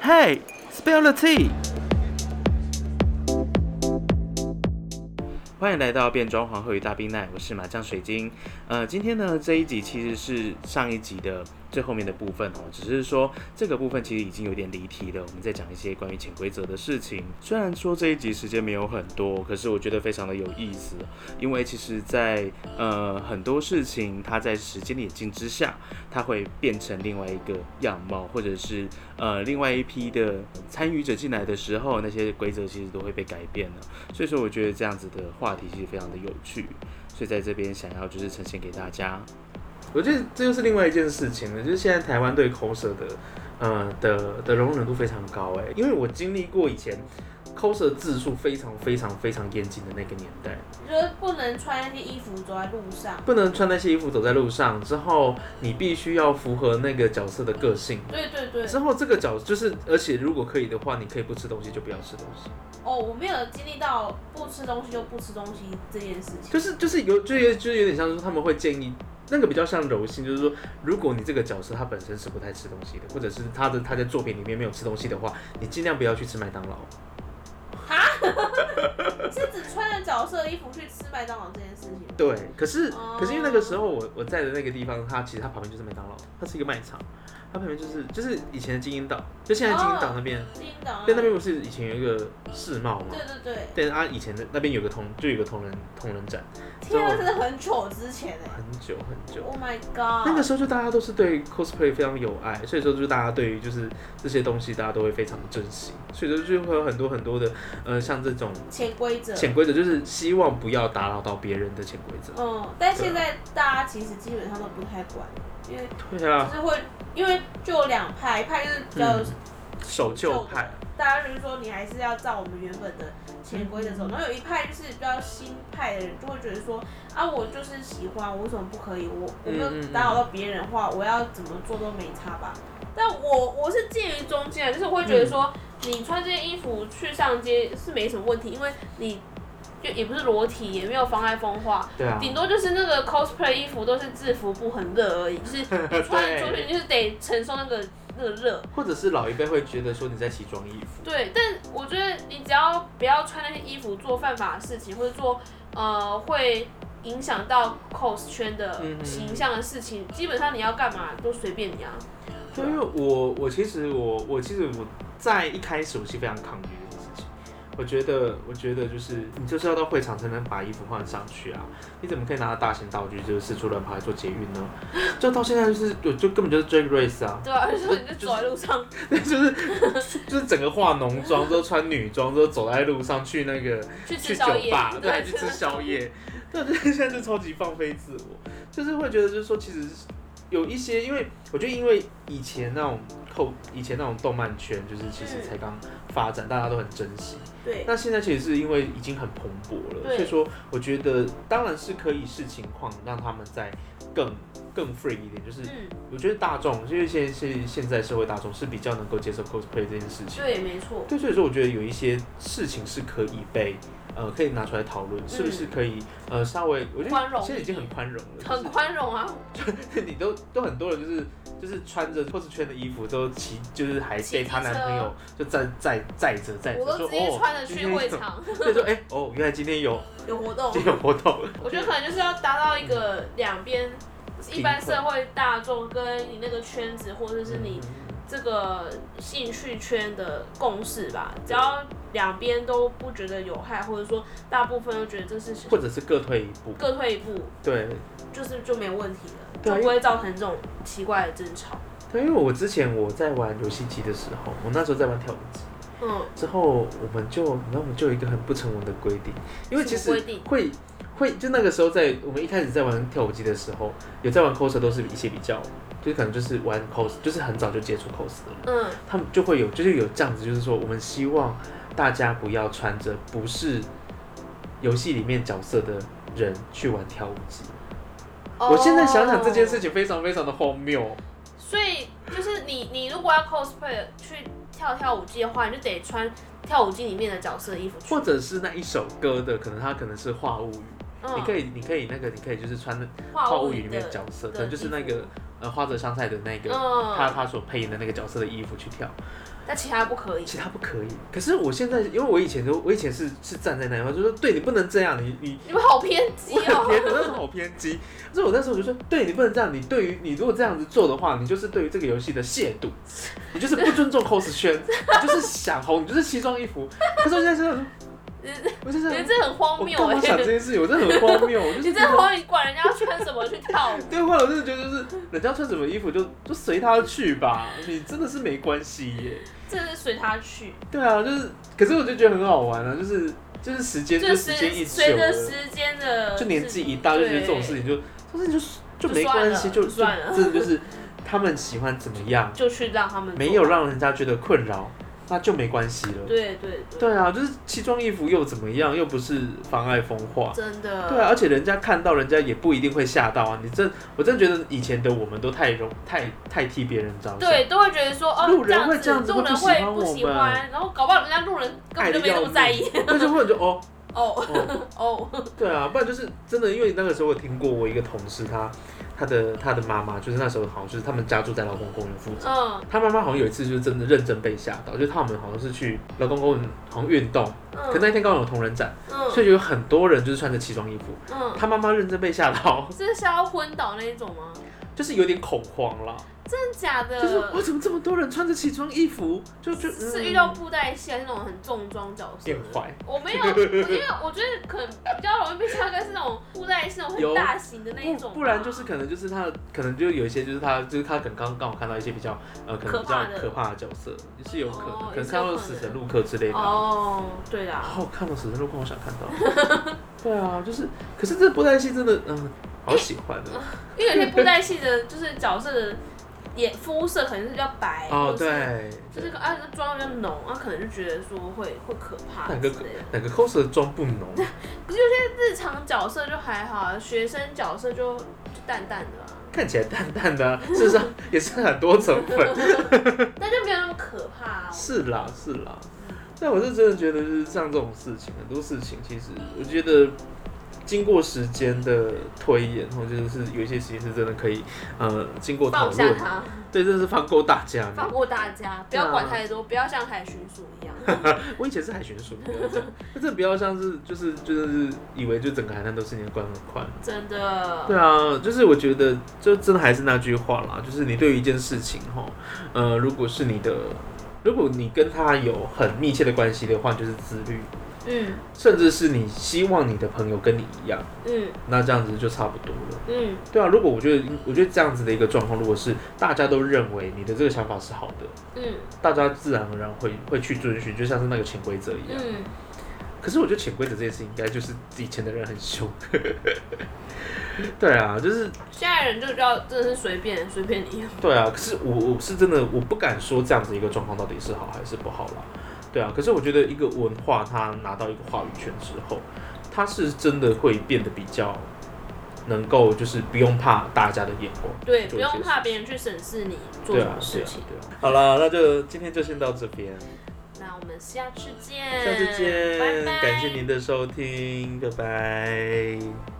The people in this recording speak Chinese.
Hey, spell the tea。欢迎来到变装皇后与大冰奈，我是麻将水晶。呃，今天呢这一集其实是上一集的最后面的部分哦，只是说这个部分其实已经有点离题了。我们在讲一些关于潜规则的事情。虽然说这一集时间没有很多，可是我觉得非常的有意思，哦因为其实在，呃很多事情它在时间的演进之下，它会变成另外一个样貌，或者是呃另外一批的参与者进来的时候，那些规则其实都会被改变了。所以说，我觉得这样子的话题其实非常的有趣，所以在这边想要就是呈现给大家。我觉得这就是另外一件事情了，就是现在台湾对口舌的，呃的的容忍度非常高哎，因为我经历过以前口舌字数非常非常非常严谨的那个年代，就是不能穿那些衣服走在路上，不能穿那些衣服走在路上，之后你必须要符合那个角色的个性。对对对。之后这个角就是，而且如果可以的话，你可以不吃东西就不要吃东西，哦，我没有经历到不吃东西就不吃东西这件事 情。就是就是有就有就是有点像是说他们会建议那个比较像柔性，就是说如果你这个角色他本身是不太吃东西的，或者是他的他在作品里面没有吃东西的话，你尽量不要去吃麦当哦劳。是指穿着角色衣服去吃麦当劳这件事情吗？对，可是哦可是因为那个时候我我在的那个地方，它其实它旁边就是麦当劳，它是一个卖场，它旁边就是就是以前的金银岛，就现在金银岛那边，叮当啊。但那边不是以前有一个世贸吗？对对对。但啊，以前的那边有个同就有个同人同人展，天啊，真的很久之前哎、很久很久。 Oh my god。那个时候就大家都是对 cosplay 非常有爱，所以说就大家对于就是这些东西大家都会非常珍惜，所以说就会有很多很多的呃像这种潜规则。潜规则，就是希望不要打扰到别人的潜规则。嗯，但现在大家其实基本上都不太管，因为对啊就，是会，因为就有两派，一派就是比较嗯守旧派，大家就是说你还是要照我们原本的潜规则嗯走。然后有一派就是比较新派的人，就会觉得说啊，我就是喜欢，我为什么不可以？我我没有嗯嗯嗯打扰到别人的话，我要怎么做都没差吧。但我我是介于中间的，就是我会觉得说，嗯你穿这件衣服去上街是没什么问题，因为你就也不是裸体，也没有妨碍风化，对啊， 顶多就是那个 cosplay 衣服都是制服布很热而已，就是你穿出去 对，你就是得承受那个那个热。或者是老一辈会觉得说你在奇装异服，对，但我觉得你只要不要穿那些衣服做犯法的事情，或者做呃会影响到 cos 圈的嗯嗯嗯形象的事情，基本上你要干嘛都随便你啊。对，因为我我其实我我其实我在一开始我是非常抗拒这件事情。我觉得，我觉得就是你就是要到会场才能把衣服换上去啊！你怎么可以拿着大型道具就是四处乱跑来做捷运呢？就到现在就是我就根本就是 drag race 啊， 对啊，而且你就走在路上，就是就是整个化浓妆，之后穿女装，之后走在路上去那个去吃去宵酒夜吧，，对，啊对，去吃宵 夜。对，就是现在就超级放飞自我，就是会觉得就是说，其实有一些，因为我觉得因为以前那种后，以前那种动漫圈，就是其实才刚发展，大家都很珍惜。对，那现在其实是因为已经很蓬勃了，对所以说我觉得当然是可以视情况让他们再更更 free 一点，就是嗯，我觉得大众，因为现现现在社会大众是比较能够接受 cosplay 这件事情。对，没错，对，所以说我觉得有一些事情是可以被呃可以拿出来讨论，是不是可以呃稍微我觉嗯宽得容现在已经一很点宽容了，很宽容啊，就是 你都都很多人就是就是穿着 cos 圈的衣服都骑，就是还骑被她机男朋友就载载载着载着我都说直接哦穿着今去天会有场， 对说哎哦原来今天有有活动今。天有活动，我觉得可能就是要达到一个两边一般平衡社会大众跟你那个圈子，或者是你嗯这个兴趣圈的共识吧。只要两边都不觉得有害，或者说大部分都觉得这事情或者是各退一步，各退一步，对，就是就没问题了，对就不会造成这种奇怪的争吵。对，因为我之前我在玩游戏机的时候，我那时候在玩跳舞机，嗯，之后我们就，然后我们就有一个很不成文的规定，因为其什实么规定会会就那个时候在我们一开始在玩跳舞机的时候，有在玩 cos 都是一些比较，就是可能就是玩 cos，就是很早就接触 cos 的人，嗯，他们就会有就是有这样子，就是说我们希望大家不要穿着不是游戏里面角色的人去玩跳舞机。我现在想想这件事哦，情非常非常的荒谬，所以就是你你如果要 cosplay 去跳跳舞机的话，你就得穿跳舞机里面的角色的衣服去或。者是那一首歌的可能它可能是话物语。嗯你可以，你可以那个，你可以就是穿《画话物物语》语里面的角色，的可能就是那衣个服呃花泽香菜的那个、嗯他他所配音的那个角色的衣服去跳，那其他不可以。其他不可以。可是我现在，因为我以前都我以前是是站在那一方，就说对你不能这样，你你你们好偏 激我很偏，我那时哦！候好偏激。所以我那时候我就说，对你不能这样，你对于你如果这样子做的话，你就是对于这个游戏的亵渎，你就是不尊重 cos 圈，你就是想红，你就是西装异服。可是我现在是想说，我就是你们这很荒我谬干哎、嘛想这件事情？我真的很荒谬，我就 你是这荒谬，你管人家穿什么去跳舞？对，后来我真的觉得就是人家穿什么衣服就就随他去吧，你真的是没关系耶。这是随他去，对啊，就是，可是我就觉得很好玩啊，就是就是时间 就就是时间一是久随着了，时间的，就年纪一大就觉得这种事情就这种事情就就就没算关了系，就就算了就真的就是他们喜欢怎么 样，对，就去让他们做没有。让人家觉得困扰，那就没关系了。对对对，对啊，就是西装衣服又怎么样，又不是妨碍风化。真的。对啊，而且人家看到，人家也不一定会吓到啊。你真，我真觉得以前的我们都太容太太替别人着想，对，都会觉得说哦，路人这会这样子，子路人会会不喜欢喜我们欢，然后搞不好人家路人根爱本的就没那么在意。 但是或者就哦哦哦， 哦，对啊，不然就是真的，因为那个时候我听过我一个同事，他他的他的妈妈，就是那时候好像就是他们家住在劳工公园附近。嗯他妈妈好像有一次就是真的认真被吓到，就是他们好像是去劳工公园好像运动，可嗯那天刚好有同人展，嗯所以有很多人就是穿着奇装异服。嗯，他妈妈认真被吓到，是吓到昏倒那一种吗？就是有点恐慌啦。真的假的？就是我怎么这么多人穿着奇装异服，就就、嗯、是遇到布袋戏还是那种很重装角色变？坏。我没有，我因为我觉得可能比较容易被吓，该是那种布袋戏那种有很大型的那一不种吧，不然就是可能就是他可能就有一些就是他就是他可能刚刚好看到一些比较呃可能可比怕较的可怕的角色也是有可能，哦可也能是看有到可死能神陆克之类的啊。哦，对啦，好看到哦死神陆克，我想看到。 对啊，就是可是这布袋戏真的嗯、好喜欢哦的因为有些布袋戏的就是角色的眼肤色可能是比较白，哦或是对，就是啊，哎这妆比较浓，啊，可能就觉得说会会可怕哪之个类的。哪个 coser 妆不浓，日常角色就还好，啊，学生角色就就淡淡的啊，看起来淡淡的啊，事实上也是很多成分。但就没有那么可怕啊。是啦，是啦。但我是真的觉得，就是像这种事情，很多事情其实我觉得，经过时间的推演，或者是有一些事情是真的可以，呃，经过讨放下论，它，对，真的是放过大家。放过大家，不要管太多，不要像海巡署一样。我以前是海巡署，不要 这样那真的不要像是就是就是以为就整个海滩都是你的关门宽。真的，对啊，就是我觉得，就真的还是那句话啦，就是你对于一件事情，哈，呃，如果是你的，如果你跟他有很密切的关系的话，就是自律。嗯甚至是你希望你的朋友跟你一样，嗯那这样子就差不多了。嗯，对啊，如果我觉得，我觉得这样子的一个状况，如果是大家都认为你的这个想法是好的，嗯大家自然而然会会去遵循，就像是那个潜规则一样。嗯，可是我觉得潜规则这件事，应该就是以前的人很凶。 对啊，就是现在人就叫真的是随便随便你，对啊，可是我我是真的我不敢说这样子一个状况到底是好还是不好啦。对啊，可是我觉得一个文化它拿到一个话语权之后，它是真的会变得比较能够就是不用怕大家的眼光。对，做不一些用怕别人去审视你做对什啊么，对事啊情。，对啊。好了，那就今天就先到这边，那我们下次见，下次见，嗯拜拜，感谢您的收听，拜拜。